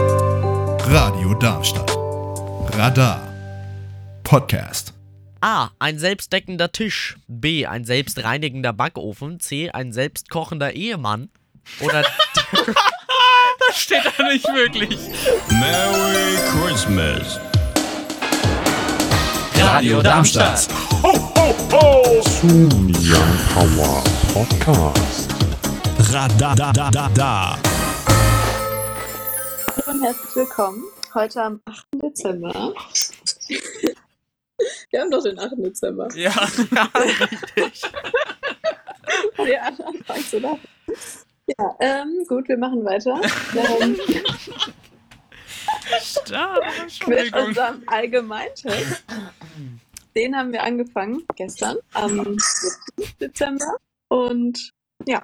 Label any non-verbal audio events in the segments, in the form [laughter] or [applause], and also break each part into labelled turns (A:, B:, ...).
A: Radio Darmstadt. Radar. Podcast.
B: A. Ein selbstdeckender Tisch. B. Ein selbstreinigender Backofen. C. Ein selbstkochender Ehemann. Oder
C: Das steht da nicht wirklich.
D: Merry Christmas.
C: Radio Darmstadt.
D: Radar. Da, da, da, da.
E: und herzlich willkommen heute am 8. Dezember. Wir haben doch den 8. Dezember.
C: Ja. [laughs]
E: [laughs] Wir alle anfangen zu lachen. Ja, ähm, gut, wir
C: [laughs]
E: machen weiter ähm,
C: Stark.
E: mit
C: Entschuldigung.
E: unserem Allgemeintest. Den haben wir angefangen gestern, am 7. Dezember. Und
F: Ja,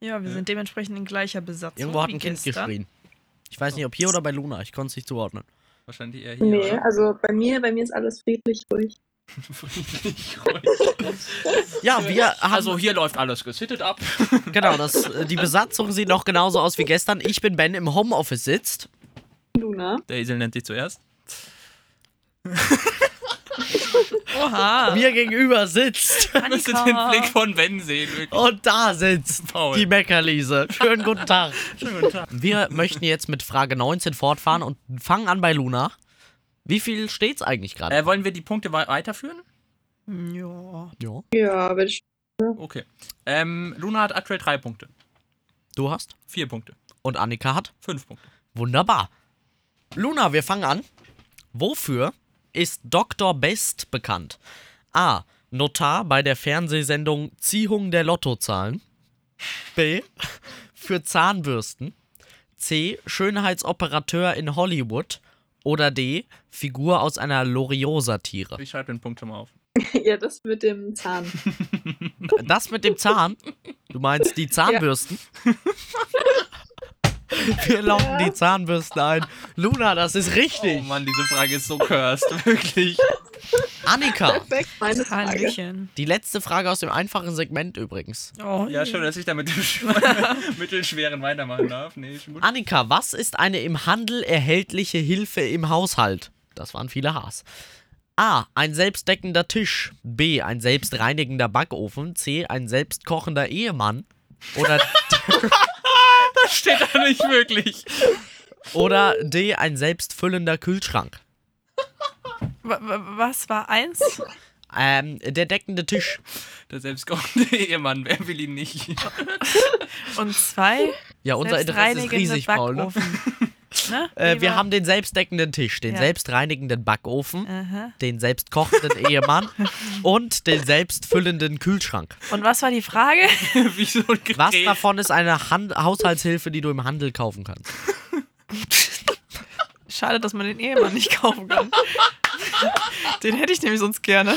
F: wir sind dementsprechend in gleicher Besatzung.
B: irgendwo hat
F: wie
B: ein Kind
F: gestern.
B: geschrien. Ich weiß nicht, ob hier oder bei Luna. Ich konnte es nicht zuordnen.
C: Wahrscheinlich eher hier.
E: nee,
C: oder?
E: also bei mir, bei mir ist alles friedlich ruhig.
C: Friedlich ruhig.
B: Ja, wir haben-
C: Also hier läuft alles gesittet ab.
B: Genau, das, äh, die Besatzung sieht noch genauso aus wie gestern. Ich bin Ben im Homeoffice sitzt.
E: Luna.
C: Der Esel nennt dich zuerst. Ah.
F: Oha.
B: Mir gegenüber
C: [laughs]
B: sitzt.
C: Ich müsste den Blick von Ben sehen. Wirklich.
B: Und da sitzt
C: Paul.
B: die Meckerliese. Schönen guten Tag.
C: Schönen
B: Oh.
C: guten Tag.
B: Wir möchten jetzt mit Frage 19 fortfahren und fangen an bei Luna. Wie viel steht's eigentlich gerade?
C: [laughs] Äh, wollen wir die Punkte wei- weiterführen? Äh.
F: Ja.
B: ja.
E: Ja, aber ich,
C: Okay. Ähm, Luna hat aktuell drei Punkte.
B: Du hast?
C: Vier Punkte.
B: Und Annika hat?
C: Fünf Punkte.
B: Wunderbar. Luna, wir fangen an. Wofür ist Dr. Best bekannt? A. Notar bei der Fernsehsendung Ziehung der Lottozahlen. B. Für Zahnbürsten. C. Schönheitsoperateur in Hollywood. Oder D. Figur aus einer Loriot-Satire.
C: Ich schreibe den Punkt schon mal auf.
E: [laughs] ja, das mit dem
B: [laughs]
E: Zahn.
B: Das mit dem Zahn. Du meinst die Zahnbürsten? Wir locken die Zahnbürsten ein. Luna, das ist
C: Oh
B: richtig.
C: Mann, diese Frage ist so cursed. [laughs] Wirklich.
B: Annika.
E: Perfekt, meine Frage.
F: Hallöchen.
B: Die letzte Frage aus dem einfachen Segment übrigens.
F: Oh,
C: Ja, schön, dass ich da mit dem [laughs] schweren- mittelschweren weitermachen darf. Nee,
F: Ah.
C: schon gut.
B: Annika, was ist eine im Handel erhältliche Hilfe im Haushalt? Das waren viele Hs. A. Ein selbstdeckender Tisch. B. Ein selbstreinigender Backofen. C. Ein selbstkochender Ehemann.
F: [laughs]
B: Oder,
C: Das steht da nicht wirklich.
B: oder D. Ein selbstfüllender Kühlschrank.
F: Wa- wa- Was war eins?
B: Ähm, der deckende Tisch.
C: Der selbstkochende Ehemann, wer will ihn nicht? [laughs]
F: Und zwei?
B: Ja, unser Interesse ist
F: Selbstreinigende
B: riesig, Paul. Ne? [laughs]
F: Backofen. Ne?
B: Äh, wir
F: Lieber-
B: haben den selbstdeckenden Tisch, den
F: Ja.
B: selbstreinigenden Backofen,
F: Aha.
B: den selbstkochenden
F: [laughs]
B: Ehemann und den selbstfüllenden Kühlschrank.
F: Und was war die Frage?
C: Wie so ein Gerät.
B: Was davon ist eine Han Haushaltshilfe, die du im Handel kaufen kannst?
F: Schade, dass man den Ehemann nicht kaufen kann. Den hätte ich nämlich sonst gerne.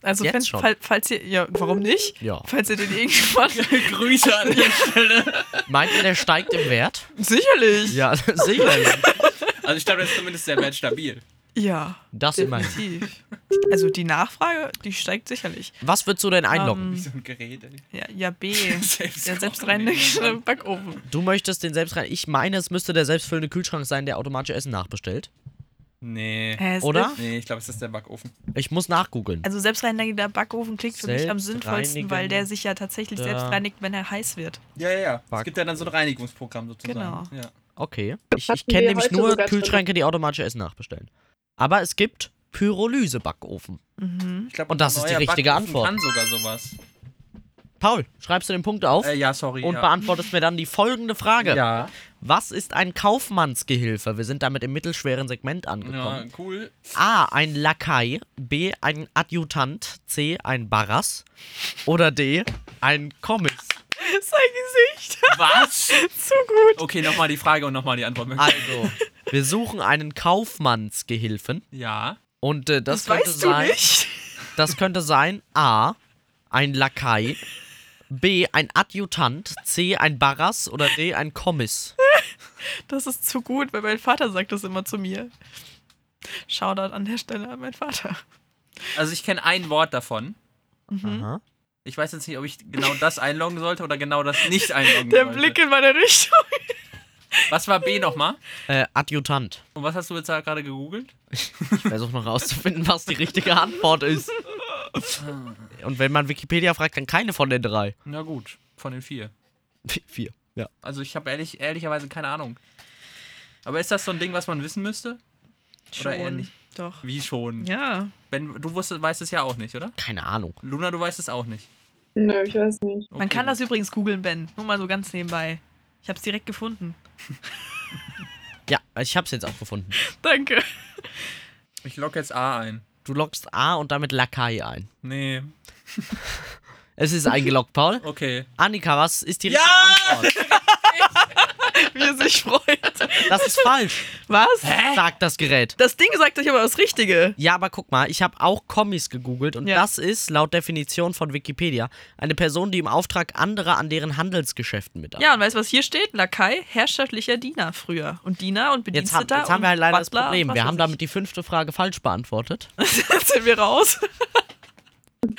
F: Also,
B: Jetzt
F: wenn,
B: schon.
F: fall- falls ihr. Ja, warum nicht?
B: Ja.
F: Falls ihr den irgendwann.
C: Grüße an der Stelle.
B: Meint ihr, der steigt im Wert?
F: [laughs] Sicherlich!
B: Ja, [laughs] sicherlich.
C: Also ich glaube, das ist zumindest sehr wertstabil.
F: Ja,
B: Das immerhin.
F: definitiv. Also, die Nachfrage, die steigt sicherlich. Ähm,
B: Was würdest du denn
E: Ähm.
B: einloggen?
C: Wie so ein Gerät, ey.
F: Ja,
B: [laughs]
F: ja B.
C: Selbst
F: der
C: kochen, ey.
F: selbstreinigende Backofen.
B: Du möchtest den selbst rein. Ich meine, es müsste der selbstfüllende Kühlschrank sein, der automatisch Essen nachbestellt.
C: Nee.
F: Äh, es
B: Oder?
F: Ist,
C: Nee, ich glaube, es ist der Backofen.
B: Ich muss nachgoogeln.
F: also selbstreinigender Backofen klingt für mich am sinnvollsten, weil der
B: Selbstreinigender-
F: sich ja tatsächlich
B: Da.
F: selbst reinigt, wenn er heiß [laughs] wird.
C: Ja, ja, ja.
B: Back-
C: Es gibt ja dann so ein Reinigungsprogramm sozusagen. Genau. Ja.
B: Okay. Ich, ich
E: Hatten
B: kenne
E: wir
B: nämlich
E: heute
B: nur
E: sogar schon.
B: Kühlschränke, die automatisch Essen nachbestellen. Aber es gibt Pyrolyse-Backofen.
F: Mhm.
C: Ich glaub,
B: Und das
C: ein
B: ist die
C: neuer
B: richtige
C: Backofen
B: Antwort.
C: kann sogar sowas.
B: Paul, schreibst du den Punkt auf
C: Äh, ja, sorry.
B: und
C: ja.
B: beantwortest mir dann die folgende Frage.
C: Ja.
B: Was ist ein Kaufmannsgehilfe? Wir sind damit im mittelschweren Segment angekommen.
C: ja,
F: [laughs]
C: cool.
B: A. Ein Lakai. B. Ein Adjutant. C. Ein Barras. Oder D. Ein Kommis.
F: Sein Gesicht.
C: Was?
F: so gut.
C: Okay, nochmal die Frage und nochmal die Antwort.
B: Also, wir suchen einen Kaufmannsgehilfen.
C: Ja.
B: Und äh, das,
F: Das
B: könnte
F: weißt
B: sein.
F: du nicht. [laughs]
B: Das könnte sein. A. Ein Lakai. B. Ein Adjutant. C. Ein Barras. Oder D. Ein Kommis.
F: Das ist zu gut, weil mein Vater sagt das immer zu mir. Shoutout an der Stelle an meinen Vater.
C: Also ich kenne ein Wort davon.
B: Aha.
C: Ich weiß jetzt nicht, ob ich genau das einloggen sollte oder genau das nicht einloggen
F: Der
C: sollte.
F: Blick in meine Richtung.
C: Was war B nochmal?
B: Äh, Adjutant.
C: Und was hast du jetzt da gerade gegoogelt?
B: Ich versuche noch rauszufinden, was die richtige Antwort ist. Und wenn man Wikipedia fragt, dann keine von den drei.
C: Na gut, von den vier.
B: Vier. Ja.
C: Also ich habe ehrlich, ehrlicherweise keine Ahnung. Aber ist das so ein Ding, was man wissen müsste? Oder eher nicht.
F: Doch.
C: Wie schon?
F: Ja.
C: Ben, du wusstest, weißt es ja auch nicht, oder?
B: Keine Ahnung.
C: Luna, du weißt es auch nicht.
E: Nö, ich weiß nicht.
F: Man
C: Okay,
F: kann
C: gut.
F: das übrigens googeln, Ben. Nur mal so ganz nebenbei. Ich hab's direkt gefunden.
B: Ja, ich hab's jetzt auch gefunden.
F: Danke.
C: Ich logge jetzt A ein.
B: Du loggst A und damit Lakai ein.
C: Nee.
B: Es ist eingeloggt, Paul.
C: Okay.
B: Annika, was ist die
C: Ja!
B: richtige Antwort?
F: Wie er sich freut.
B: Das ist falsch,
F: Was?
B: sagt das Gerät.
F: Das Ding sagt euch aber das Richtige.
B: Ja, aber guck mal, ich habe auch Kommis gegoogelt und
F: Ja.
B: das ist, laut Definition von Wikipedia, eine Person, die im Auftrag anderer an deren Handelsgeschäften mitarbeitet.
F: Ja, und weißt du, was hier steht? Lakai, herrschaftlicher Diener früher. Und Diener und
B: Jetzt, haben,
F: Bediensteter.
B: jetzt haben wir halt
F: und
B: leider das
F: Butler und
B: Problem.
F: was
B: Wir
F: weiß
B: haben
F: ich.
B: damit die fünfte Frage falsch
F: [laughs]
B: beantwortet.
F: Jetzt sind wir raus. [laughs]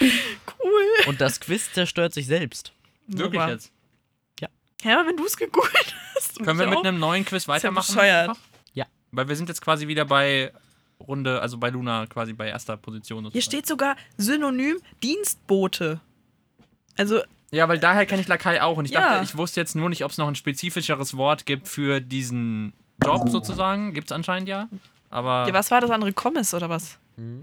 F: cool.
B: Und das Quiz zerstört sich selbst.
C: Wirklich
F: Super.
C: jetzt.
F: Hä, aber wenn du es gegoogelt hast.
C: Können wir
F: ich
C: mit
F: auch.
C: einem neuen Quiz
F: ja
C: weitermachen?
F: bescheuert.
C: einfach?
B: Ja.
C: Weil wir sind jetzt quasi wieder bei Runde, also bei Luna quasi bei erster Position.
F: Hier
C: sozusagen.
F: steht sogar Synonym Dienstbote. Also,
C: Ja, weil daher kenne ich Lakai auch. Und ich
F: Ja.
C: dachte, ich wusste jetzt nur nicht, ob es noch ein spezifischeres Wort gibt für diesen Job sozusagen. Gibt es anscheinend ja. Aber
F: ja, was war das andere? Kommis oder was?
C: Mhm.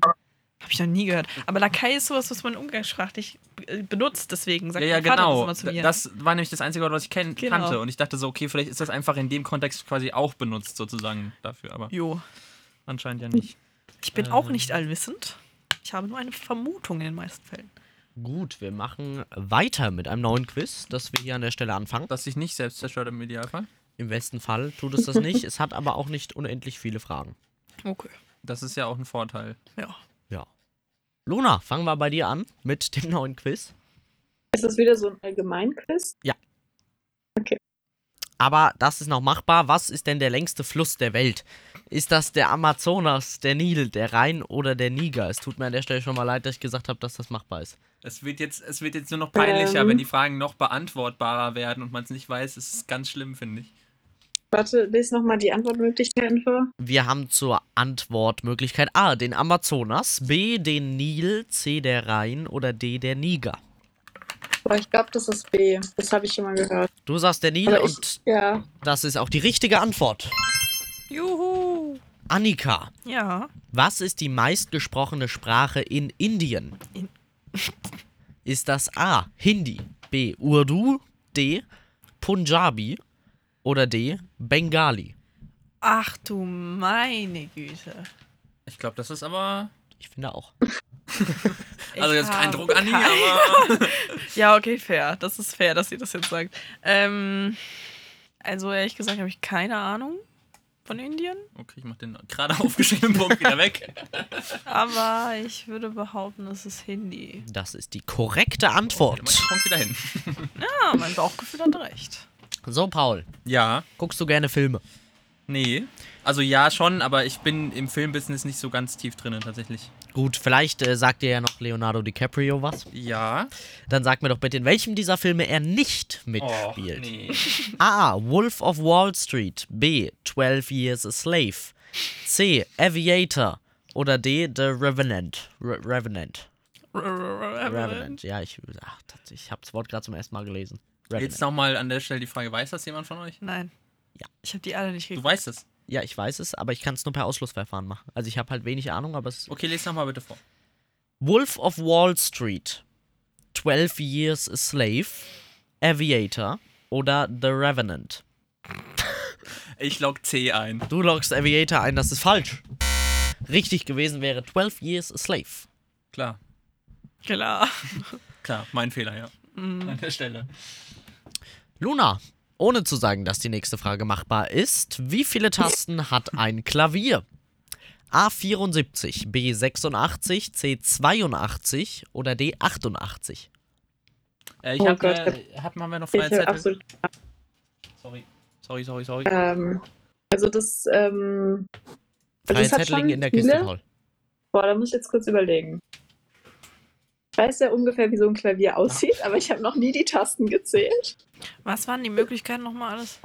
F: Hab ich noch nie gehört. Aber Lakai ist sowas, was man umgangssprachlich äh, benutzt, deswegen sagt
C: ja, ja
F: mein Vater
C: genau.
F: das immer zu mir.
C: Das war nämlich das einzige Wort, was ich kenn
F: Genau.
C: kannte. Und ich dachte so, okay, vielleicht ist das einfach in dem Kontext quasi auch benutzt sozusagen dafür. Aber
F: jo.
C: anscheinend ja nicht.
F: Ich bin auch
C: Ähm.
F: nicht allwissend. Ich habe nur eine Vermutung in den meisten Fällen.
B: Gut, wir machen weiter mit einem neuen Quiz, das wir hier an der Stelle anfangen.
C: Dass sich nicht selbst zerstört im Idealfall.
B: Im besten Fall tut es das nicht. Es hat aber auch nicht unendlich viele Fragen.
F: Okay.
C: Das ist ja auch ein Vorteil.
F: Ja.
B: Ja. Luna, fangen wir bei dir an mit dem neuen Quiz.
E: Ist das wieder so ein Allgemeinquiz?
B: Aber das ist noch machbar. Was ist denn der längste Fluss der Welt? Ist das der Amazonas, der Nil, der Rhein oder der Niger? Es tut mir an der Stelle schon mal leid, dass ich gesagt habe, dass das machbar ist.
C: Es wird jetzt, es wird jetzt nur noch peinlicher,
E: Ähm.
C: wenn die Fragen noch beantwortbarer werden und man es nicht weiß. Es ist ganz schlimm, finde ich.
E: Warte, lese nochmal die Antwortmöglichkeiten vor.
B: Wir haben zur Antwortmöglichkeit A, den Amazonas, B, den Nil, C, der Rhein oder D, der Niger.
E: Boah, ich glaube, das ist B. Das habe ich schon mal gehört.
B: Du sagst der Nil
E: Aber
B: und
E: ich, ja,
B: das ist auch die richtige Antwort.
F: Juhu.
B: Annika,
F: Ja.
B: was ist die meistgesprochene Sprache in Indien?
F: In-
B: ist das A, Hindi, B, Urdu, D, Punjabi oder D, Bengali?
F: Ach du meine Güte.
C: Ich glaube, das ist aber.
B: Ich finde auch.
F: Ich
C: also jetzt kein
F: habe
C: Druck an die,
F: kein-
C: aber.
F: Ja, okay, fair. Das ist fair, dass ihr das jetzt sagt. Ähm, also ehrlich gesagt habe ich keine Ahnung von Indien,
C: Okay, ich mach den gerade [laughs] aufgeschriebenen Punkt wieder [laughs] weg.
F: aber ich würde behaupten, es ist Hindi.
B: Das ist die korrekte
C: Dann mach ich
B: Antwort.
C: den Punkt wieder hin.
F: Ja, Ah, mein Bauchgefühl hat recht.
B: So, Paul,
C: Ja,
B: guckst du gerne Filme?
C: nee. Also ja schon, aber ich bin im Filmbusiness nicht so ganz tief drinnen tatsächlich.
B: Gut, vielleicht äh, sagt dir ja noch Leonardo DiCaprio was.
C: Ja.
B: Dann sag mir doch bitte, in welchem dieser Filme er nicht mitspielt.
C: Oh, nee.
B: A. Wolf of Wall Street. B. 12 Years a Slave. C. Aviator. Oder D. The Revenant. Re Revenant. Revenant. Ja, ich, ach, das- ich habe das Wort gerade zum ersten Mal gelesen.
C: Jetzt
B: Revenant.
C: nochmal an der Stelle die Frage, weiß das jemand von euch?
F: Nein.
B: Ja.
F: Ich habe die alle nicht
C: Du
F: gekriegt.
C: weißt es.
B: Ja, ich weiß es, aber ich kann es nur per Ausschlussverfahren machen. Also ich habe halt wenig Ahnung, aber es ist
C: Okay, lese nochmal bitte vor.
B: Wolf of Wall Street, 12 Years a Slave, Aviator oder The Revenant.
C: Ich log C ein.
B: Du loggst Aviator ein, das ist falsch. Richtig gewesen wäre 12 Years a Slave.
C: Klar,
F: Klar.
C: klar, mein Fehler, ja.
E: Mhm.
C: An der Stelle.
B: Luna, ohne zu sagen, dass die nächste Frage machbar ist, wie viele Tasten hat ein Klavier? A74, B86, C82 oder D88?
C: Äh, ich
E: Oh
C: hab,
E: Gott.
C: äh, hat, haben wir noch
E: ich
C: freie
E: habe
C: Zettel?
E: absolut.
C: Sorry. Sorry, sorry, sorry.
E: Ähm, also das, ähm, also
B: Freie
E: es hat
B: Zettel liegen
E: schon
B: in der
E: viele-
B: Kiste, Paul.
E: Boah, da muss ich jetzt kurz überlegen. Ich weiß ja ungefähr, wie so ein
B: Ah.
E: Klavier aussieht, aber ich habe noch nie die Tasten gezählt.
F: Was waren die Möglichkeiten nochmal alles?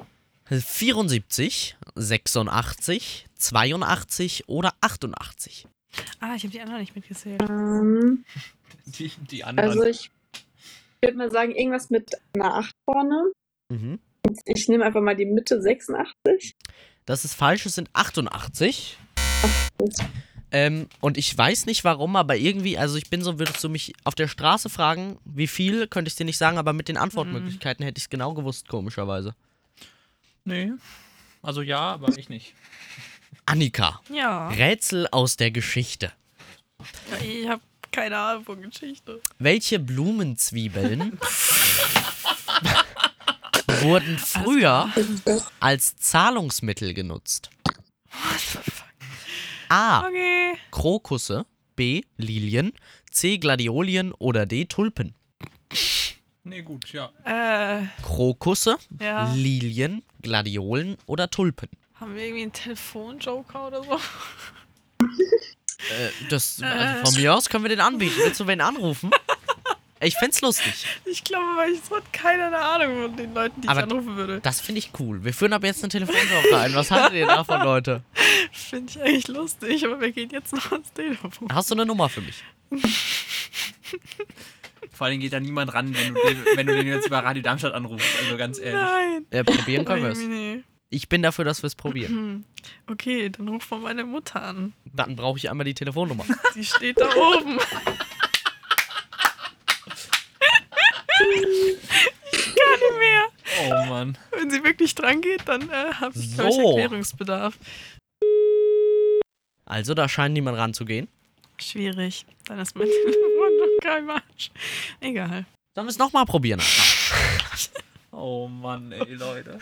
B: 74, 86, 82 oder 88?
F: Ah, ich habe die anderen nicht mitgezählt.
E: Ähm,
C: Die, die anderen.
E: also ich würde mal sagen, irgendwas mit einer 8 vorne.
B: Mhm.
E: Ich nehme einfach mal die Mitte 86.
B: Das ist falsch, es sind 88. Ähm, und ich weiß nicht warum, aber irgendwie, also ich bin so, würdest du mich auf der Straße fragen, wie viel, könnte ich dir nicht sagen, aber mit den Antwortmöglichkeiten hätte ich es genau gewusst, komischerweise.
C: nee. Also ja, aber ich nicht.
B: Annika,
F: Ja.
B: Rätsel aus der Geschichte.
F: Ich habe keine Ahnung von Geschichte.
B: Welche Blumenzwiebeln [laughs] wurden früher als Zahlungsmittel genutzt? A.
F: Okay.
B: Krokusse, B. Lilien, C. Gladiolien oder D. Tulpen.
C: Nee, gut, ja.
F: Äh,
B: Krokusse,
F: ja.
B: Lilien, Gladiolen oder Tulpen.
F: Haben wir irgendwie einen Telefonjoker oder so?
B: Äh, das, also von mir aus können wir den anbieten. Willst du wen anrufen? [laughs] Ich fänd's lustig.
F: Ich glaube, weil ich so hat keiner eine Ahnung von den Leuten, die
B: Aber
F: ich anrufen würde.
B: Das finde ich cool. Wir führen ab jetzt eine Telefonjoker ein. Was haltet ihr davon, Leute?
F: Finde ich eigentlich lustig, aber wir gehen jetzt noch ans Telefon.
B: Hast du eine Nummer für mich?
C: Vor allem geht da niemand ran, wenn du, den- wenn du den jetzt über Radio Darmstadt anrufst. Also ganz ehrlich.
F: Nein.
B: Äh, probieren können wir es.
F: [laughs] Nee.
B: Ich bin dafür, dass wir es probieren.
F: Okay, dann ruf mal meine Mutter an.
B: Dann brauche ich einmal die Telefonnummer.
F: Die steht da oben. [laughs] Ich kann nicht mehr.
C: Oh Mann.
F: Wenn sie wirklich dran geht, dann äh, habe ich, glaub ich
B: So.
F: Erklärungsbedarf.
B: Also, da scheint niemand ranzugehen.
F: Schwierig. Dann ist mein [laughs] Telefon noch kein Arsch. Egal.
B: Sollen wir es nochmal probieren?
C: Oh Mann, ey, Leute.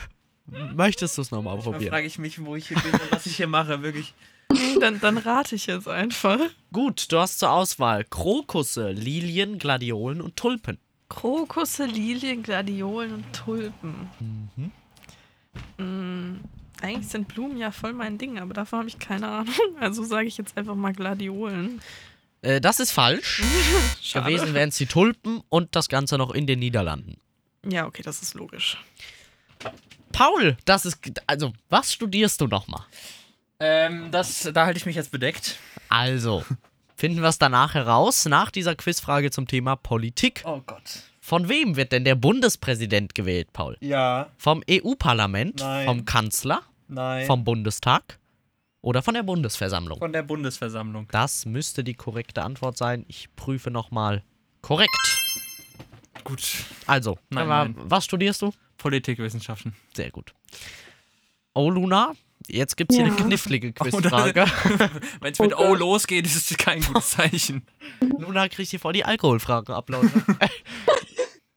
B: Möchtest du es nochmal
C: Da
B: probieren?
C: frage ich mich, wo ich hier bin und was ich hier mache, wirklich.
F: Nee, dann, dann rate ich jetzt einfach.
B: Gut, du hast zur Auswahl Krokusse, Lilien, Gladiolen und Tulpen.
F: Krokusse, Lilien, Gladiolen und Tulpen.
C: Mhm.
F: Mm, eigentlich sind Blumen ja voll mein Ding, aber davon habe ich keine Ahnung. [laughs] Also sage ich jetzt einfach
C: [laughs]
F: mal Gladiolen.
B: Äh, das ist falsch.
F: Schade.
B: Gewesen wären es die Tulpen und das Ganze noch in den Niederlanden.
F: Ja, okay, das ist logisch.
B: Paul, das ist. Also, was studierst du nochmal?
C: Ähm, das, da halte ich mich jetzt bedeckt. [laughs]
B: Also, finden wir es danach heraus, nach dieser Quizfrage zum Thema Politik.
C: Oh Gott.
B: Von wem wird denn der Bundespräsident gewählt, Paul?
C: Ja,
B: Vom EU-Parlament?
C: Nein.
B: Vom Kanzler?
C: nein.
B: Vom Bundestag? Oder von der Bundesversammlung?
C: Von der Bundesversammlung.
B: Das müsste die korrekte Antwort sein. Ich prüfe nochmal. Korrekt.
C: Gut.
B: Also,
C: Nein,
B: war-
C: nein.
B: was studierst du?
C: [laughs] Politikwissenschaften.
B: Sehr gut. Oh, Luna, jetzt gibt's hier eine knifflige
C: Oh,
B: Quizfrage.
C: [laughs] Wenn es mit O losgeht, ist es kein [laughs] gutes Zeichen.
B: Luna kriegt hier voll die Alkoholfragen ab, Leute.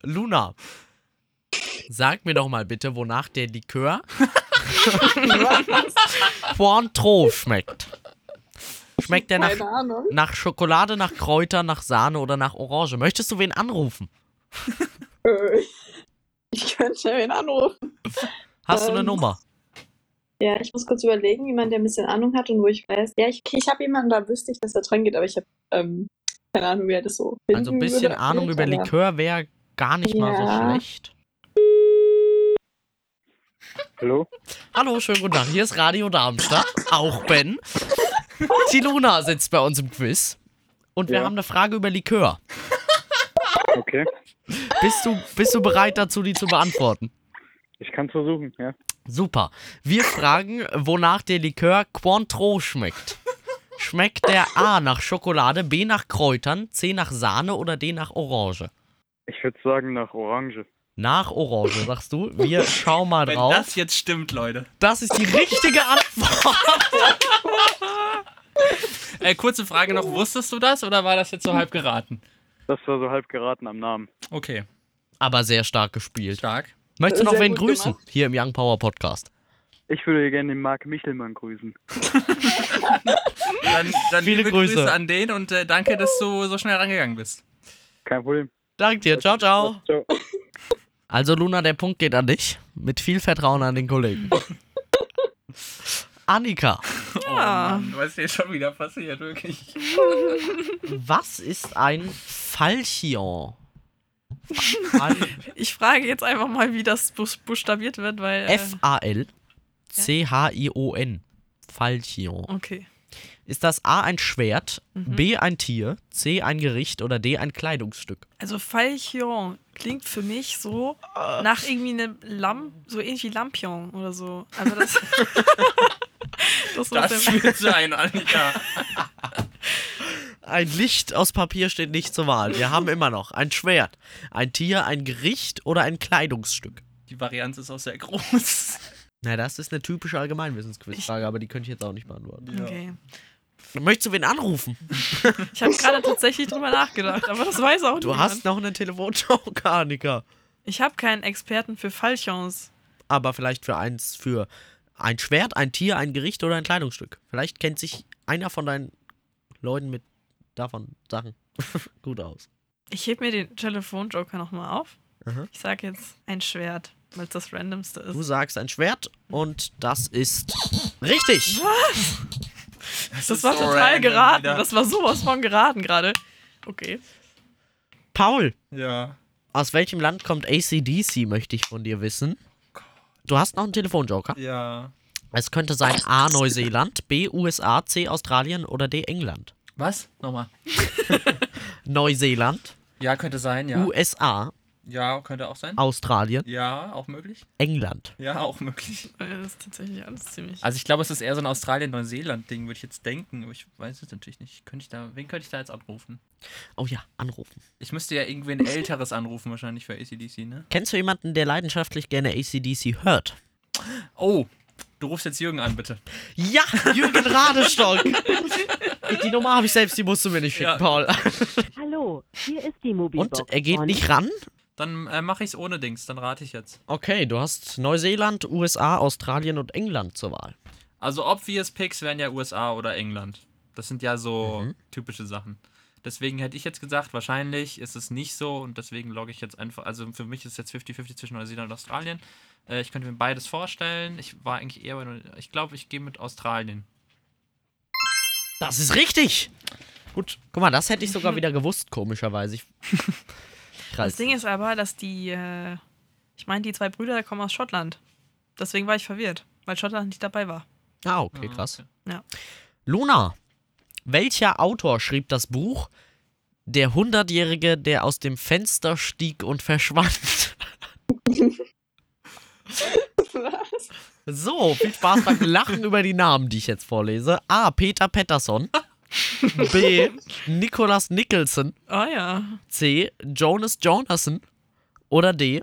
B: Luna, sag mir doch mal bitte, wonach der Likör Cointreau schmeckt. Schmeckt der nach,
E: Keine Ahnung.
B: nach Schokolade, nach Kräuter, nach Sahne oder nach Orange? Möchtest du wen anrufen?
E: Äh, [laughs] Ich könnte schnell wen anrufen.
B: Hast du eine
E: Ähm.
B: Nummer?
E: Ja, ich muss kurz überlegen, jemand, der ein bisschen Ahnung hat und wo ich weiß. Ja, ich, ich habe jemanden, da wüsste ich, dass er dran geht, aber ich habe ähm, keine Ahnung, wie er das so finden
B: Also ein bisschen
E: würde.
B: Ahnung über
E: Aber-
B: Likör wäre gar nicht mal so
E: Ja.
B: schlecht.
G: Hallo?
B: Hallo, schönen guten Tag. Hier ist Radio Darmstadt. Auch Ben. Die Luna sitzt bei uns im Quiz. Und wir
G: Ja.
B: haben eine Frage über Likör.
G: Okay.
B: Bist du, bist du bereit dazu, die zu beantworten?
G: Ich kann es versuchen, ja.
B: Super. Wir fragen, wonach der Likör Cointreau schmeckt. Schmeckt der A nach Schokolade, B nach Kräutern, C nach Sahne oder D nach Orange?
G: Ich würde sagen nach Orange.
B: Nach Orange, sagst du? [laughs] Wir schauen mal
C: Wenn
B: drauf.
C: das jetzt stimmt, Leute.
B: Das ist die richtige Antwort.
C: Äh, kurze Frage noch, wusstest du das oder war das jetzt so halb geraten?
G: Das war so halb geraten am Namen.
C: Okay,
B: Aber sehr stark gespielt.
C: stark.
B: Möchtest du noch
E: Sehr
B: wen
E: gut
B: grüßen?
E: gemacht.
B: Hier im Young Power Podcast.
G: Ich würde gerne den Marc Michelmann grüßen.
C: Dann, dann
B: Viele
C: liebe
B: Grüße.
C: Grüße. an den und äh, danke, dass du so schnell rangegangen bist.
G: Kein Problem.
B: Dank dir. Ciao, ciao.
G: Ciao.
B: Also, Luna, der Punkt geht an dich. Mit viel Vertrauen an den
E: [laughs]
B: Kollegen. Annika,
C: Ja.
F: Ah,
C: Oh Mann, was ist hier schon wieder passiert, wirklich?
E: [laughs]
B: was ist ein Falchion?
F: Ich frage jetzt einfach mal, wie das bus- buchstabiert wird, weil. äh,
B: F-A-L-C-H-I-O-N. Falchion.
F: Okay.
B: Ist das A ein Schwert,
F: Mhm.
B: B ein Tier, C ein Gericht oder D ein Kleidungsstück?
F: Also Falchion klingt für mich so
C: Äh.
F: nach irgendwie einem Lam, so ähnlich wie Lampion oder so. Also
C: [laughs]
F: das. [laughs] das war
C: Das [laughs]
F: der-
C: wird sein, Annika.
B: Ein Licht aus Papier steht nicht zur Wahl. Wir haben immer noch ein Schwert, ein Tier, ein Gericht oder ein Kleidungsstück.
C: Die Varianz ist auch sehr groß.
B: Na, das ist eine typische Allgemeinwissensquizfrage, aber die könnte ich jetzt auch nicht beantworten.
F: okay.
B: Möchtest du wen anrufen?
F: Ich habe gerade tatsächlich drüber nachgedacht, aber das weiß auch
B: Du
F: niemand.
B: hast noch einen Telefonjoker, Annika.
F: Ich habe keinen Experten für Falchions.
B: Aber vielleicht für eins, für ein Schwert, ein Tier, ein Gericht oder ein Kleidungsstück. Vielleicht kennt sich einer von deinen Leuten mit davon Sachen [laughs] gut aus.
F: Ich heb mir den Telefonjoker nochmal auf.
B: Aha.
F: Ich sage jetzt ein Schwert, weil es das Randomste
B: Du
F: ist.
B: sagst ein Schwert und das ist richtig.
F: Das war
C: so
F: total
C: random
F: geraten.
C: wieder.
F: Das war sowas von geraten gerade. Okay.
B: Paul,
C: Ja.
B: aus welchem Land kommt ACDC, möchte ich von dir wissen. Du hast noch einen Telefonjoker.
C: Ja.
B: Es könnte sein A. Neuseeland, B. USA, C. Australien oder D. England.
C: Was? Nochmal.
B: Neuseeland,
C: Ja, könnte sein, ja.
B: Uh. USA,
C: Ja, könnte auch sein.
B: Australien,
C: Ja, auch möglich.
B: England.
C: Ja, auch möglich.
F: äh, Das ist tatsächlich alles ziemlich.
C: Also ich glaube, es ist eher so ein Australien-Neuseeland-Ding, würde ich jetzt denken. Aber ich weiß es natürlich nicht. Könnte ich da, wen könnte ich da jetzt anrufen?
B: Oh ja, anrufen.
C: Ich müsste ja irgendwie [laughs] ein älteres anrufen, wahrscheinlich für ACDC, ne?
B: Kennst du jemanden, der leidenschaftlich gerne ACDC hört?
C: Oh, du rufst jetzt Jürgen an, bitte.
B: Ja, Jürgen
C: [laughs]
B: Radestock. die Nummer habe ich selbst, die musst du mir nicht schicken,
C: Ja.
B: Paul.
H: Hallo, hier ist die Mobilbox.
B: Und er geht
H: von
B: nicht ran?
C: Dann äh, mache ich es ohne Dings, dann rate ich jetzt.
B: Okay, du hast Neuseeland, USA, Australien und England zur Wahl.
C: Also obvious Picks wären ja USA oder England. Das sind ja so typische Sachen. Deswegen hätte ich jetzt gesagt, wahrscheinlich ist es nicht so und deswegen logge ich jetzt einfach, also für mich ist es jetzt 50-50 zwischen Neuseeland und Australien. Äh, ich könnte mir beides vorstellen. Ich war eigentlich eher bei, Neu- ich glaube, ich gehe mit Australien.
B: Das ist richtig. Gut. Guck mal, das hätte ich sogar wieder gewusst, komischerweise. Ich
F: [laughs] Das Ding ist aber, dass die, äh, ich meine, die zwei Brüder kommen aus Schottland. Deswegen war ich verwirrt, weil Schottland nicht dabei war.
B: Ah, okay, krass.
F: Ja.
B: Luna, welcher Autor schrieb das Buch Der Hundertjährige, der aus dem Fenster stieg und verschwand? [laughs]
E: Was?
B: So, viel Spaß beim Lachen über die Namen, die ich jetzt vorlese. A. Peter Pettersson. B.
F: [laughs]
B: Nicholas Nicholson.
F: Oh ja.
B: C. Jonas Jonasson. Oder D.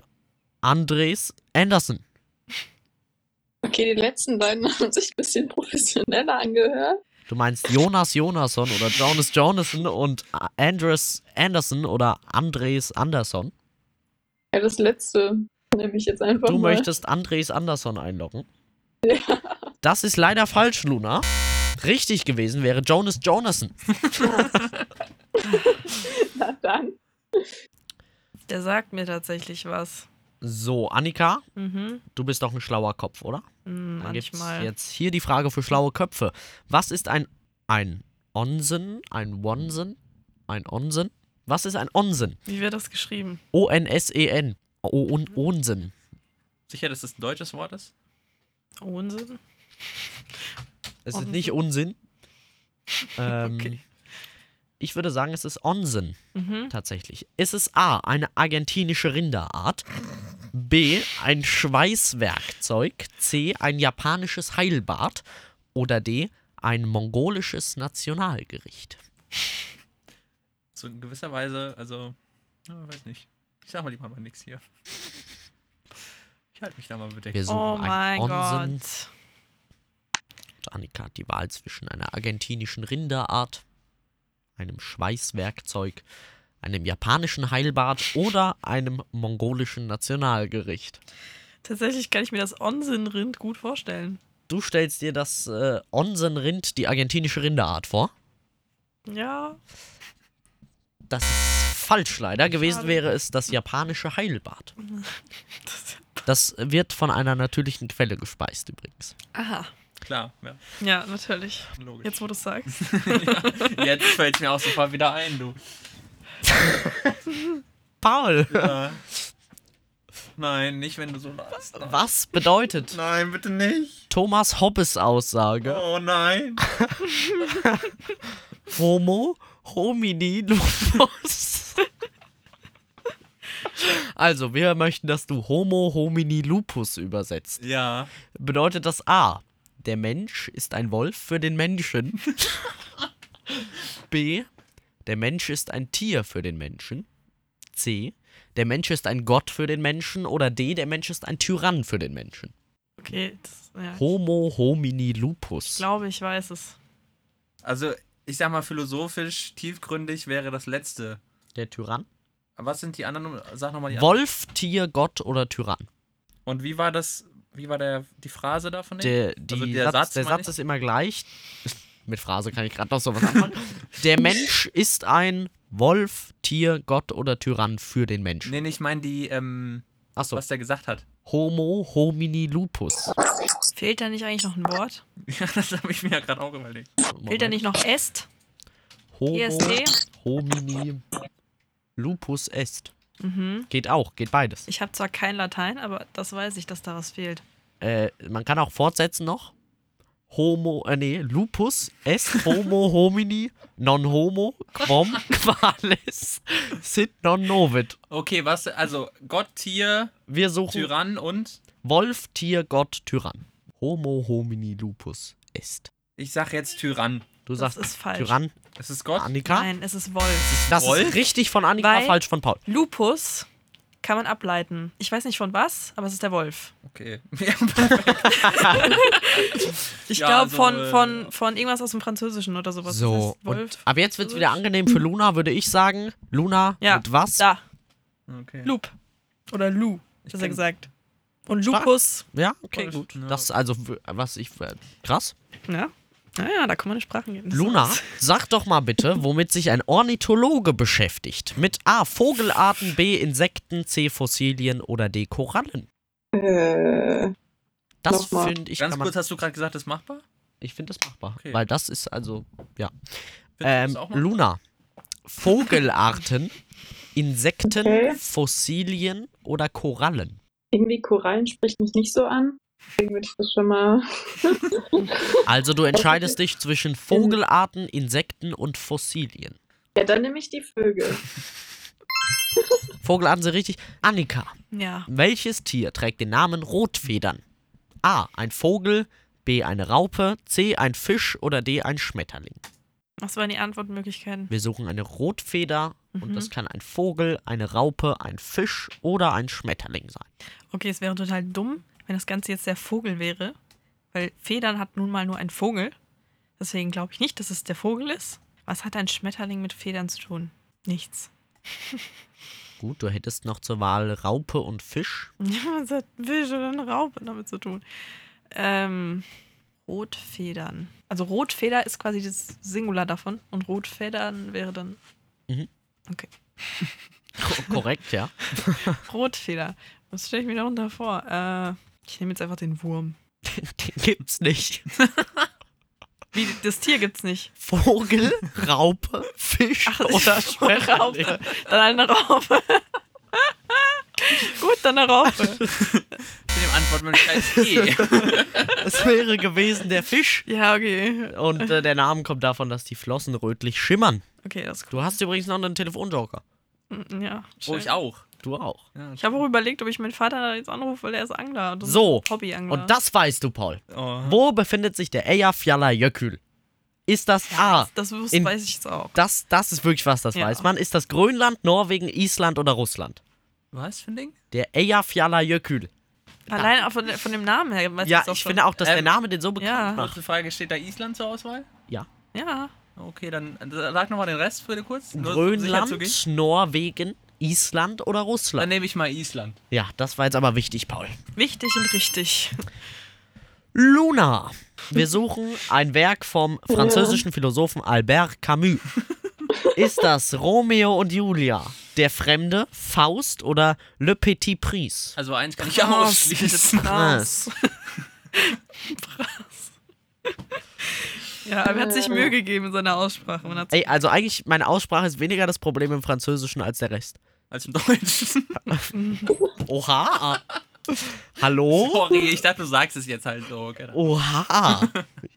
B: Andres Anderson.
E: [laughs] Okay, die letzten beiden [laughs] haben sich ein bisschen professioneller angehört.
B: Du meinst Jonas Jonasson oder Jonas Jonasson und Andres Anderson oder Andres Anderson.
E: Ja, das letzte nehme ich jetzt einfach
B: Du
E: mal.
B: möchtest Andres Anderson einloggen. Das ist leider falsch, Luna. Richtig gewesen wäre Jonas Jonasson.
E: [laughs] Na dann.
F: Der sagt mir tatsächlich was.
B: So, Annika,
F: Mhm.
B: du bist doch ein schlauer Kopf, oder?
F: Hm,
B: Dann gibt's
F: manchmal.
B: jetzt hier die Frage für schlaue Köpfe. Was ist ein ein Onsen, ein Wonsen, ein Onsen? Was ist ein Onsen?
F: Wie wird das geschrieben?
B: O N S E N. O -on Onsen.
C: Sicher, dass das ein deutsches Wort ist?
F: Unsinn?
B: Es ist nicht
F: [laughs]
B: Unsinn. Ähm,
F: Okay.
B: Ich würde sagen, es ist Onsen
F: Mhm.
B: tatsächlich. Ist es A, eine argentinische Rinderart? B, ein Schweißwerkzeug? C, ein japanisches Heilbad? Oder D, ein mongolisches Nationalgericht?
C: So in gewisser Weise, also, ja, weiß nicht. Ich sag mal lieber mal nichts hier. Ich halte mich da mal bedeckt.
B: Wir suchen
F: Oh mein
B: einen Onsen.
F: Gott.
B: Und Annika hat die Wahl zwischen einer argentinischen Rinderart, einem Schweißwerkzeug, einem japanischen Heilbad oder einem mongolischen Nationalgericht.
F: Tatsächlich kann ich mir das Onsen-Rind gut vorstellen.
B: Du stellst dir das äh, Onsen-Rind, die argentinische Rinderart, vor.
F: Ja.
B: Das ist falsch leider. Gewesen
F: Schade.
B: wäre es das japanische
F: [laughs]
B: Heilbad.
F: Das,
B: Das wird von einer natürlichen Quelle gespeist übrigens.
F: aha.
C: Klar, ja,
F: Ja, natürlich.
C: logisch.
F: Jetzt, wo du es sagst.
B: [laughs]
C: Jetzt fällt mir auch sofort wieder ein, du.
B: Paul,
C: Ja. Nein, nicht wenn du so lachst.
B: was bedeutet
C: Nein, bitte nicht.
B: Thomas Hobbes Aussage?
C: Oh nein.
B: Homo homini lupus. Also, wir möchten, dass du Homo homini lupus übersetzt.
C: Ja.
B: Bedeutet das A. Der Mensch ist ein Wolf für den Menschen. B. Der Mensch ist ein Tier für den Menschen. C. Der Mensch ist ein Gott für den Menschen. Oder D. Der Mensch ist ein Tyrann für den Menschen.
F: Okay, das, ja. Ich
B: Homo homini lupus.
F: glaube, ich weiß es.
C: Also, ich sag mal, philosophisch, tiefgründig wäre das letzte.
B: Der Tyrann?
C: Aber was sind die anderen? Sag nochmal die
B: Wolf, Tier, Gott oder Tyrann?
C: Und wie war das? Wie war der, die Phrase davon?
B: Der, die
C: Also
B: Satz,
C: der Satz,
B: der
C: meine
B: Satz
C: ich?
B: ist immer gleich. [laughs] Mit Phrase kann ich gerade noch so [laughs] was anfangen. der Mensch ist ein Wolf, Tier, Gott oder Tyrann für den Menschen.
C: Nee, nee, ich meine die, ähm,
B: Achso.
C: was der gesagt hat. [laughs]
B: Homo homini lupus.
F: Fehlt da nicht eigentlich noch ein Wort?
C: Ja, das habe ich mir ja gerade auch überlegt.
F: Fehlt da nicht noch Est?
B: Homo
F: EST?
B: homini lupus est.
F: Mhm.
B: Geht auch, geht beides.
F: Ich habe zwar kein Latein, aber das weiß ich, dass da was fehlt.
B: Äh, man kann auch fortsetzen noch. Homo, äh, nee, Lupus est homo homini non homo quam [laughs] qualis sit non novit.
C: Okay, was? Also, Gott, Tier,
B: Wir suchen
C: Tyrann und.
B: Wolf, Tier, Gott, Tyrann. Homo homini lupus est.
C: Ich sag jetzt Tyrann.
B: Du
F: Das
B: sagst
F: ist falsch.
B: Tyrann,
C: Es ist Gott.
B: Annika.
F: Nein, es ist Wolf.
B: Das
C: Wolf?
B: ist richtig von Annika,
F: Weil-
B: falsch von Paul.
F: Lupus kann man ableiten. Ich weiß nicht von was, aber es ist der Wolf.
C: Okay. [laughs]
F: Ich
C: Ja,
F: glaube
C: also,
F: von,
C: äh,
F: von, von irgendwas aus dem Französischen oder sowas. Das
B: So,
F: heißt
B: und
F: Wolf.
B: ab jetzt wird es wieder angenehm für Luna, würde ich sagen. Luna,
F: Ja,
B: mit was?
F: Da,
C: okay.
F: Loop. Oder Lu,
C: Ich
F: besser
C: kenn-
F: gesagt. Und Lupus.
B: Ja, okay,
C: Wolf.
B: gut.
C: Ja.
B: Das ist also, w- was ich, äh, krass.
F: ne? Ja. Naja, da kann man in Sprachen gehen.
B: Luna, [laughs] sag doch mal bitte, womit sich ein Ornithologe beschäftigt. Mit A, Vogelarten, B, Insekten, C, Fossilien oder D, Korallen.
E: Äh,
B: Das
E: Nochmal.
B: finde ich,
C: Ganz
B: kann man,
C: kurz, hast du gerade gesagt, das ist machbar?
B: ich finde das machbar.
C: Okay.
B: Weil das ist also, ja.
C: Findest du das
B: Ähm,
C: auch machbar?
B: Luna,
C: [laughs]
B: Vogelarten, Insekten,
E: Okay.
B: Fossilien oder Korallen.
E: irgendwie Korallen spricht mich nicht so an. Deswegen würde ich das schon mal.
B: Also du entscheidest dich zwischen Vogelarten, Insekten und Fossilien.
E: Ja, dann nehme ich die Vögel.
B: Vogelarten sind richtig. Annika,
F: Ja.
B: Welches Tier trägt den Namen Rotfedern? A. Ein Vogel, B. Eine Raupe, C. Ein Fisch oder D. Ein Schmetterling.
F: Was waren die Antwortmöglichkeiten?
B: Wir suchen eine Rotfeder und
F: Mhm.
B: das kann ein Vogel, eine Raupe, ein Fisch oder ein Schmetterling sein.
F: Okay, es wäre total dumm, wenn das Ganze jetzt der Vogel wäre. Weil Federn hat nun mal nur ein Vogel. Deswegen glaube ich nicht, dass es der Vogel ist. Was hat ein Schmetterling mit Federn zu tun? Nichts.
B: Gut, du hättest noch zur Wahl Raupe und Fisch.
F: Ja, [laughs] was hat ein Fisch oder eine Raupe damit zu tun? Ähm, Rotfedern. Also Rotfeder ist quasi das Singular davon. Und Rotfedern wäre dann
B: Ko- korrekt, [laughs] ja.
F: Rotfeder. Was stelle ich mir darunter vor? Äh, ich nehme jetzt einfach den Wurm.
B: Den gibt's nicht.
F: Wie, das Tier gibt's nicht.
B: Vogel, Raupe, Fisch
F: [laughs]
B: oder Schmetterling.
F: Raupe. Dann eine Raupe. [laughs] Gut, dann eine Raupe.
C: Mit dem
B: [laughs]
C: Antwortmöglichkeit E.
B: Es wäre gewesen der Fisch.
F: Ja, okay.
B: Und äh, der Name kommt davon, dass die Flossen rötlich schimmern.
F: Okay, das ist gut.
B: Du hast übrigens noch einen Telefonjoker.
F: Mm, Ja,
C: Oh,
F: schön.
C: ich auch.
B: Du auch.
C: Ja,
F: Ich habe auch überlegt, ob ich meinen Vater da jetzt anrufe, weil er ist Angler. Das ist
B: So.
F: Hobbyangler.
B: Und das weißt du, Paul.
C: oh.
B: Wo befindet sich der Eyjafjallajökull? Ist das A?
F: Das wus-
B: In-
F: weiß ich jetzt auch.
B: Das, das ist wirklich was, das
F: Ja.
B: weiß man. Ist das Grönland, Norwegen, Island oder Russland?
C: Was für ein Ding?
B: Der Eyjafjallajökull.
F: Allein auch von, der- von dem Namen her. Weiß
B: Ja,
F: ich's auch
B: ich
F: schon.
B: finde auch, dass der
C: Ähm,
B: Name den so bekannt
F: ja.
B: macht.
C: Kurze Frage, steht da Island zur Auswahl?
F: Ja,
C: Okay, dann äh, sag nochmal den Rest bitte kurz. nur um sicher zu gehen.
B: Grönland, Norwegen, Island oder
C: Dann
B: Russland?
C: nehme ich mal Island.
B: Ja, das war jetzt aber wichtig, Paul.
F: wichtig und richtig. [laughs]
B: Luna. Wir suchen ein Werk vom französischen Philosophen Albert Camus. Ist das Romeo und Julia, Der Fremde, Faust oder Le Petit Prince?
C: Also eins kann ich auch [laughs] ausschließen.
F: Krass. Krass. Ja, aber er hat sich Mühe gegeben in seiner Aussprache. Man hat's-
B: Ey, also eigentlich, meine Aussprache ist weniger das Problem im Französischen als der Rest.
C: als im Deutschen.
B: Oha. Hallo?
C: Sorry, ich dachte, du sagst es jetzt halt so. keine
B: Oh.
C: Ahnung.
B: Oha.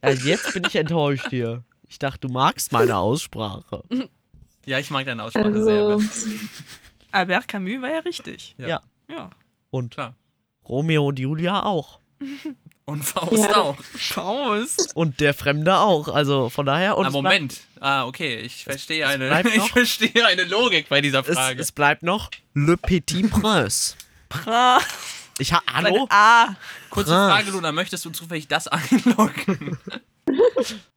B: Ja, jetzt bin ich enttäuscht hier. Ich dachte, du magst meine Aussprache.
C: Ja, ich mag deine Aussprache sehr. ne?
E: Also,
C: aber-
F: Albert Camus war ja richtig.
C: Ja.
B: ja.
F: Ja.
B: Und
C: Klar.
B: Romeo und Julia auch.
C: Und Faust
E: Ja.
C: auch.
F: Faust.
B: Und der Fremde auch. Also von daher. Und
C: Ah,
B: es
C: Moment. Ah, okay. Ich verstehe eine,
B: bleibt noch-
C: [laughs] ich verstehe eine Logik bei dieser
B: Bleibt, es,
C: Frage.
B: es bleibt noch Le Petit
F: [laughs]
B: Prince.
F: Pra.
B: Ich ha Hallo?
F: Ah.
C: Kurze
B: krass.
C: Frage, Luna. Möchtest du zufällig das [laughs] einloggen?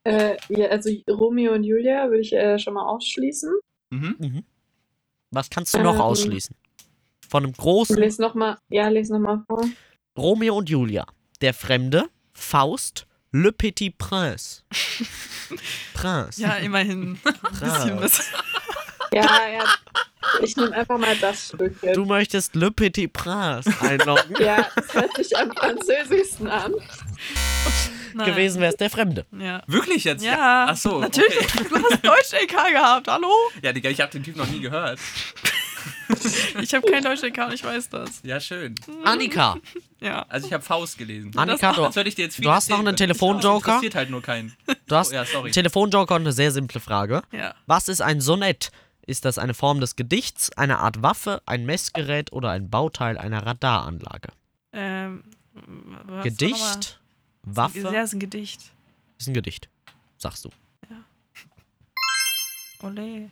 E: äh, ja, also Romeo und Julia würde ich äh, schon mal ausschließen.
C: mhm.
B: Was kannst du noch
E: Ähm.
B: ausschließen? Von einem
E: Und
B: großen
E: lese nochmal, ja, lese nochmal vor.
B: Romeo und Julia. Der Fremde, Faust, Le Petit
F: [laughs]
B: Prince. Prince.
F: Ja, immerhin. [laughs] Ein bisschen was.
E: Ja, ja. Ich nehme einfach mal das Stück jetzt.
B: Du möchtest Le Petit Prince einloggen.
E: Ja, das hört sich am französischsten an.
F: [laughs] Nein.
B: Gewesen wäre es der Fremde.
F: Ja.
C: Wirklich jetzt?
F: Ja.
C: Ach so.
F: Natürlich.
C: Okay.
F: Du hast Deutsch-LK gehabt. Hallo?
C: Ja, Digga, ich habe den Typ noch nie gehört.
F: Ich habe kein Deutsch-LK und ich weiß das.
C: Ja, schön.
F: Mhm.
B: Annika.
F: Ja.
C: Also ich habe Faust gelesen.
B: Annika,
C: Das-
B: du-
C: als würde ich dir jetzt viel
B: du hast noch
C: erzählen.
B: einen Telefonjoker?
C: Das interessiert halt nur keinen.
B: Du hast
C: Oh, ja, sorry.
B: einen Telefonjoker und eine sehr simple Frage.
F: Ja.
B: Was ist ein Sonett? Ist das eine Form des Gedichts, eine Art Waffe, ein Messgerät oder ein Bauteil einer Radaranlage?
F: Ähm, was war nochmal?
B: Gedicht,
F: Ja,
B: Waffe,
F: ist ein Gedicht.
B: ist ein Gedicht, sagst du.
F: Ole.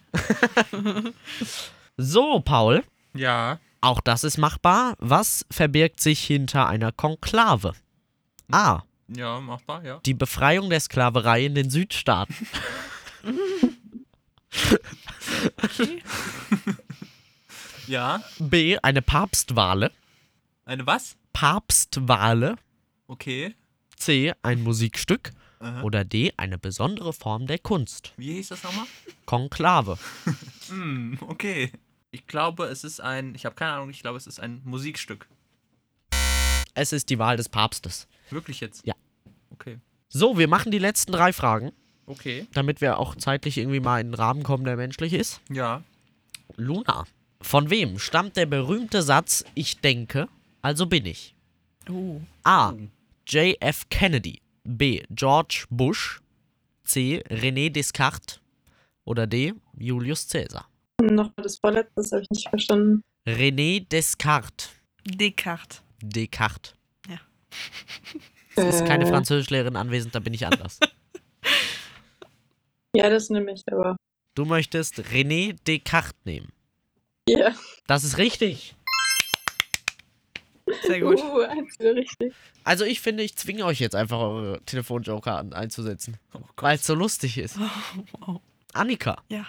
B: So, Paul,
C: Ja.
B: auch das ist machbar. Was verbirgt sich hinter einer Konklave? A.
C: Ja, machbar, ja.
B: Die Befreiung der Sklaverei in den Südstaaten.
C: Ja.
B: B. Eine Papstwahle.
C: Eine was?
B: Papstwahle.
C: Okay.
B: C. Ein Musikstück.
C: Aha.
B: Oder D. Eine besondere Form der Kunst.
C: Wie hieß das nochmal?
B: Konklave.
C: Hm, okay. Ich glaube, es ist ein. Ich habe keine Ahnung, ich glaube, es ist ein Musikstück.
B: Es ist die Wahl des Papstes.
C: Wirklich jetzt?
B: Ja.
C: Okay.
B: So, wir machen die letzten drei Fragen,
C: Okay.
B: damit wir auch zeitlich irgendwie mal in den Rahmen kommen, der menschlich ist.
C: Ja.
B: Luna, von wem stammt der berühmte Satz Ich denke, also bin ich?
F: Uh.
B: A. J.F. Kennedy. B. George Bush. C. René Descartes. Oder D. Julius Caesar.
E: Nochmal das Vorletzte, das habe ich nicht verstanden.
B: René Descartes.
F: Descartes. [laughs]
B: Descartes. [laughs]
E: Das
B: Ist keine Französischlehrerin anwesend, da bin ich anders.
E: Ja, das nehme ich, aber.
B: Du möchtest René Descartes nehmen.
E: Ja.
B: Das ist richtig.
F: Sehr gut.
E: Uh, eins wieder richtig.
B: Also ich finde, ich zwinge euch jetzt einfach eure Telefonjoker an, einzusetzen, weil es so lustig ist.
F: wow.
B: Annika,
F: Ja.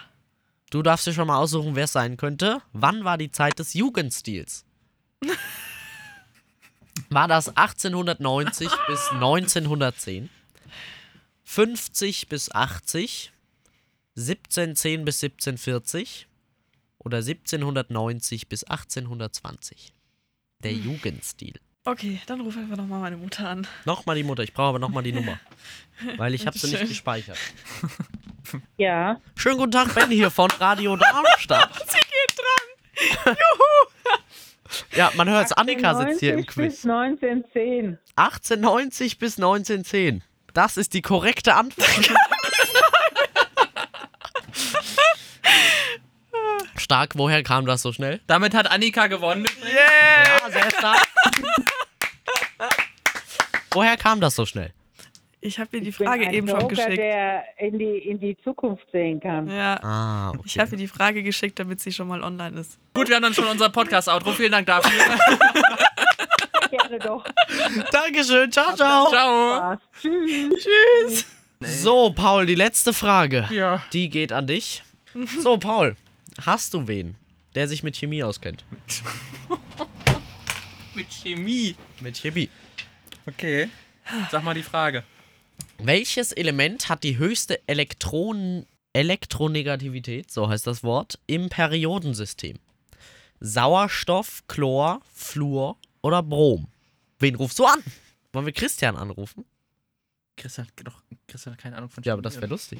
B: du darfst dir schon mal aussuchen, wer es sein könnte. Wann war die Zeit des Jugendstils? War das 1890 [laughs] bis 1910? 50 bis 80? 1710 bis 1740? Oder 1790 bis 1820? Der Jugendstil.
F: Okay, dann ruf einfach nochmal meine Mutter an.
B: Nochmal die Mutter, ich brauche aber nochmal die
F: [laughs]
B: Nummer. Weil ich habe sie nicht
F: Dankeschön.
B: gespeichert.
H: Ja.
B: Schönen guten Tag, Ben hier von Radio Darmstadt.
F: Sie geht dran.
B: Ja, man hört Annika sitzt hier im Quiz.
H: 1910.
B: 1890 bis 1910. Das ist die korrekte Antwort. Stark, woher kam das so schnell?
C: Damit hat Annika gewonnen.
B: Ja, sehr stark. Woher kam das so schnell?
F: Ich habe ihr die Frage eben schon geschickt.
H: der in die, in die Zukunft sehen kann.
F: [laughs] Ja.
B: Ah, okay.
F: Ich habe ihr die Frage geschickt, damit sie schon mal online ist.
C: Gut, wir haben dann schon unser Podcast-Outro. Vielen Dank dafür. [laughs]
H: Gerne doch.
B: Dankeschön, ciao, ciao.
C: Ciao.
B: So, Paul, die letzte Frage.
C: Ja.
B: Die geht an dich. So, Paul, hast du wen, der sich mit Chemie auskennt?
C: Mit Chemie.
B: Mit Chemie.
C: Okay. Sag mal die Frage.
B: Welches Element hat die höchste Elektronen Elektronegativität, so heißt das Wort, im Periodensystem? Sauerstoff, Chlor, Fluor oder Brom? Wen rufst du an? Wollen wir Christian anrufen?
C: Chris hat doch Chris hat keine Ahnung von
B: Ja, aber das wäre lustig.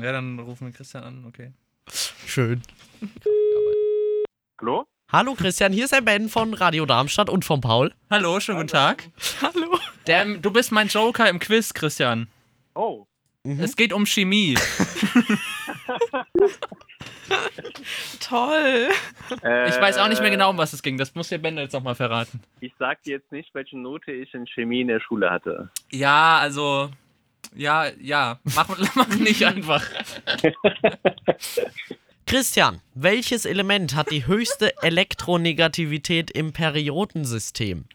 C: Ja, dann rufen wir Christian an, okay.
B: Schön.
G: Hallo?
B: Hallo Christian, hier ist der Ben von Radio Darmstadt und von Paul.
C: Hallo, schönen guten Tag.
F: Hallo. [laughs]
C: Der, du bist mein Joker im Quiz, Christian.
G: Oh,
C: Es geht um Chemie.
F: Toll.
I: Äh,
C: Ich weiß auch nicht mehr genau, um was es ging. Das muss der Ben jetzt nochmal verraten.
I: Ich sag dir jetzt nicht, welche Note ich in Chemie in der Schule hatte.
C: Ja, also. Ja, ja. Mach, [laughs] mach nicht [laughs] einfach.
B: Christian, welches Element hat die höchste Elektronegativität im Periodensystem?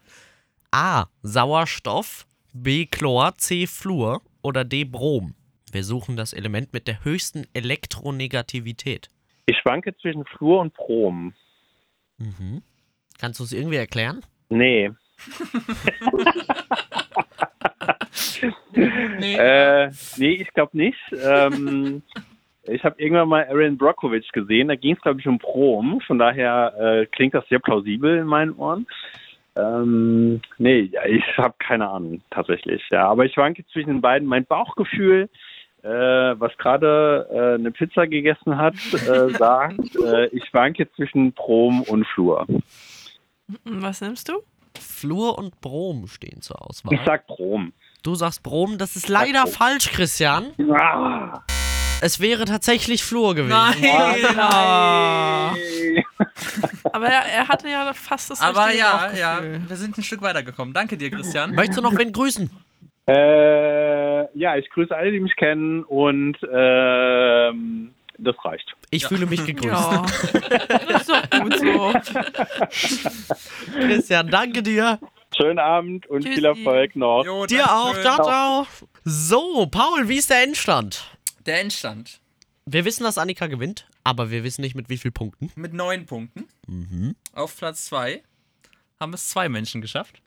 B: A. Sauerstoff, B. Chlor, C. Fluor oder D. Brom? Wir suchen das Element mit der höchsten Elektronegativität.
I: Ich schwanke zwischen Fluor und Brom.
B: Mhm. Kannst du es irgendwie erklären?
I: Nee.
C: Nee.
I: Äh, nee, ich glaube nicht. Ähm, ich habe irgendwann mal Aaron Brockovich gesehen. Da ging es, glaube ich, um Brom. Von daher äh, klingt das sehr plausibel in meinen Ohren. Ähm, nee, ja, ich habe keine Ahnung, tatsächlich. Ja, aber ich wanke zwischen den beiden. Mein Bauchgefühl, äh, was gerade äh, eine Pizza gegessen hat, äh, sagt, äh, ich wanke zwischen Brom und Fluor.
F: Hm, Was nimmst du?
B: Fluor und Brom stehen zur Auswahl.
I: Ich sag Brom.
B: Du sagst Brom, das ist leider falsch, Christian.
I: Ah,
B: Es wäre tatsächlich Fluor gewesen.
C: Nein.
F: Aber er, er hatte ja fast das
C: Aber
F: richtige
C: ja,
F: Bauchgefühl.
C: ja. Wir sind ein Stück weitergekommen. Danke dir, Christian.
B: Möchtest du noch wen grüßen?
I: Äh, ja, ich grüße alle, die mich kennen und ähm, das reicht.
B: Ich fühle mich gegrüßt.
F: Ja. [laughs] Das ist doch gut so.
B: Christian, danke dir.
I: Schönen Abend und
F: Tschüssi.
I: viel Erfolg noch.
C: [laughs] Jo,
B: Dir auch.
C: Dankeschön.
B: Ciao, ciao. So, Paul, wie ist der Endstand?
C: Der Endstand
B: Wir wissen, dass Annika gewinnt, aber wir wissen nicht mit wie vielen
F: [laughs]
B: Punkten.
C: mit neun Punkten.
B: Mhm.
C: Auf Platz zwei haben es zwei Menschen geschafft.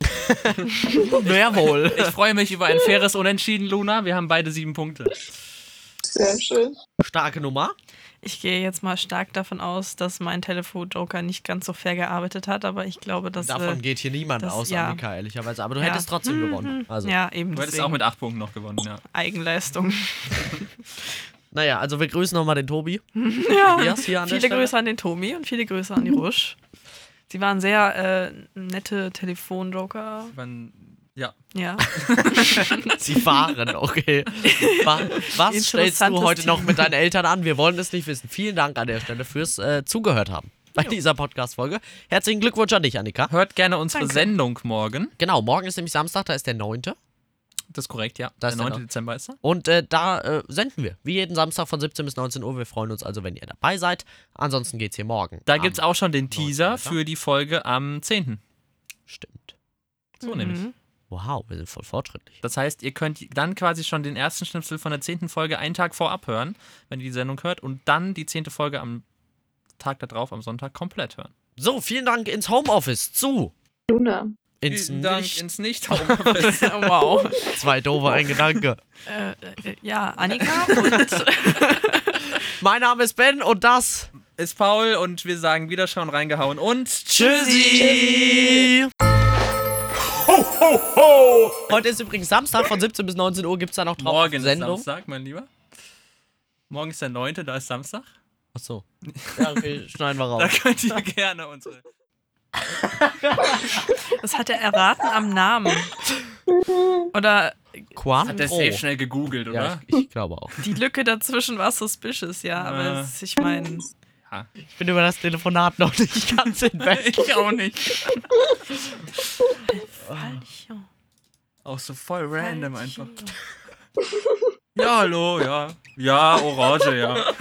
B: Wer wohl?
C: [laughs] Ich freue mich über ein faires Unentschieden, Luna. Wir haben beide sieben Punkte.
E: Sehr schön.
B: Starke Nummer.
F: Ich gehe jetzt mal stark davon aus, dass mein Telefon-Joker nicht ganz so fair gearbeitet hat, aber ich glaube, dass.
B: Davon
F: äh,
B: geht hier niemand
F: das-
B: aus,
F: ja.
B: Annika, ehrlicherweise. Aber du
F: Ja. Mhm.
B: hättest trotzdem gewonnen. Also,
F: ja, eben
C: Du hättest
F: deswegen
C: auch mit acht Punkten noch gewonnen, ja.
F: Eigenleistung.
B: naja, also wir grüßen nochmal den Tobi.
F: Ja.
B: Tobias hier an der
F: Viele
B: Stelle.
F: Grüße an den Tomi und viele Grüße an die Rusch. Sie waren sehr äh, nette Telefonjoker.
C: Man, ja.
F: Ja. [laughs] Mhm.
B: Sie fahren, okay. Wa- Was stellst du
F: Interessantes
B: heute noch
F: Team.
B: mit deinen Eltern an? Wir wollen es nicht wissen. Vielen Dank an der Stelle fürs äh, Zugehört haben bei dieser Podcast-Folge. Herzlichen Glückwunsch an dich, Annika.
C: Hört gerne unsere
F: Danke.
C: Sendung morgen.
B: Genau, morgen ist nämlich Samstag, da ist der 9.
C: Das ist korrekt, ja.
B: Da ist genau.
C: der
B: der
C: 9.
B: noch.
C: Dezember ist er.
B: Und äh, da äh, senden wir, wie jeden Samstag von 17 bis 19 Uhr. Wir freuen uns also, wenn ihr dabei seid. Ansonsten geht's hier morgen.
C: Da
B: am-
C: gibt es auch schon den Teaser
B: 9., oder?
C: für die Folge am 10.
B: Stimmt.
C: So nämlich.
F: Mhm.
B: Wow, wir sind voll fortschrittlich.
C: Das heißt, ihr könnt dann quasi schon den ersten Schnipsel von der 10. Folge einen Tag vorab hören, wenn ihr die Sendung hört, und dann die 10. Folge am Tag darauf, am Sonntag, komplett hören.
B: So, vielen Dank ins Homeoffice zu.
E: Luna.
B: Ins Nicht.
C: ins nicht [laughs] Homeoffice.
F: Oh, wow.
B: [laughs] Zwei doofe, ein Gedanke.
F: äh, äh, ja, Annika und
B: Mein Name ist Ben und das.
C: Ist Paul und wir sagen Wiederschauen, reingehauen und
B: Tschüssi! Heute ist übrigens Samstag von 17 bis 19 Uhr. Gibt es da noch drauf
C: Morgen ist
B: Sendung?
C: Samstag, mein Lieber. Morgen ist der 9., da ist Samstag.
B: Achso. Ja, okay, schneiden wir
C: Da [laughs]
B: raus.
C: könnt ihr gerne [laughs] unsere.
F: das hat er erraten am Namen. Oder
B: Quam Pro.
C: eh schnell gegoogelt,
B: Ja, ich, ich glaube auch.
F: die Lücke dazwischen war suspicious, ja. Aber
C: Äh.
F: es, ich meine,
B: Ich bin über das Telefonat noch nicht ganz hinweg.
C: Ich auch nicht. Auch so voll random einfach. Ja, hallo, ja. Ja, Orange, ja.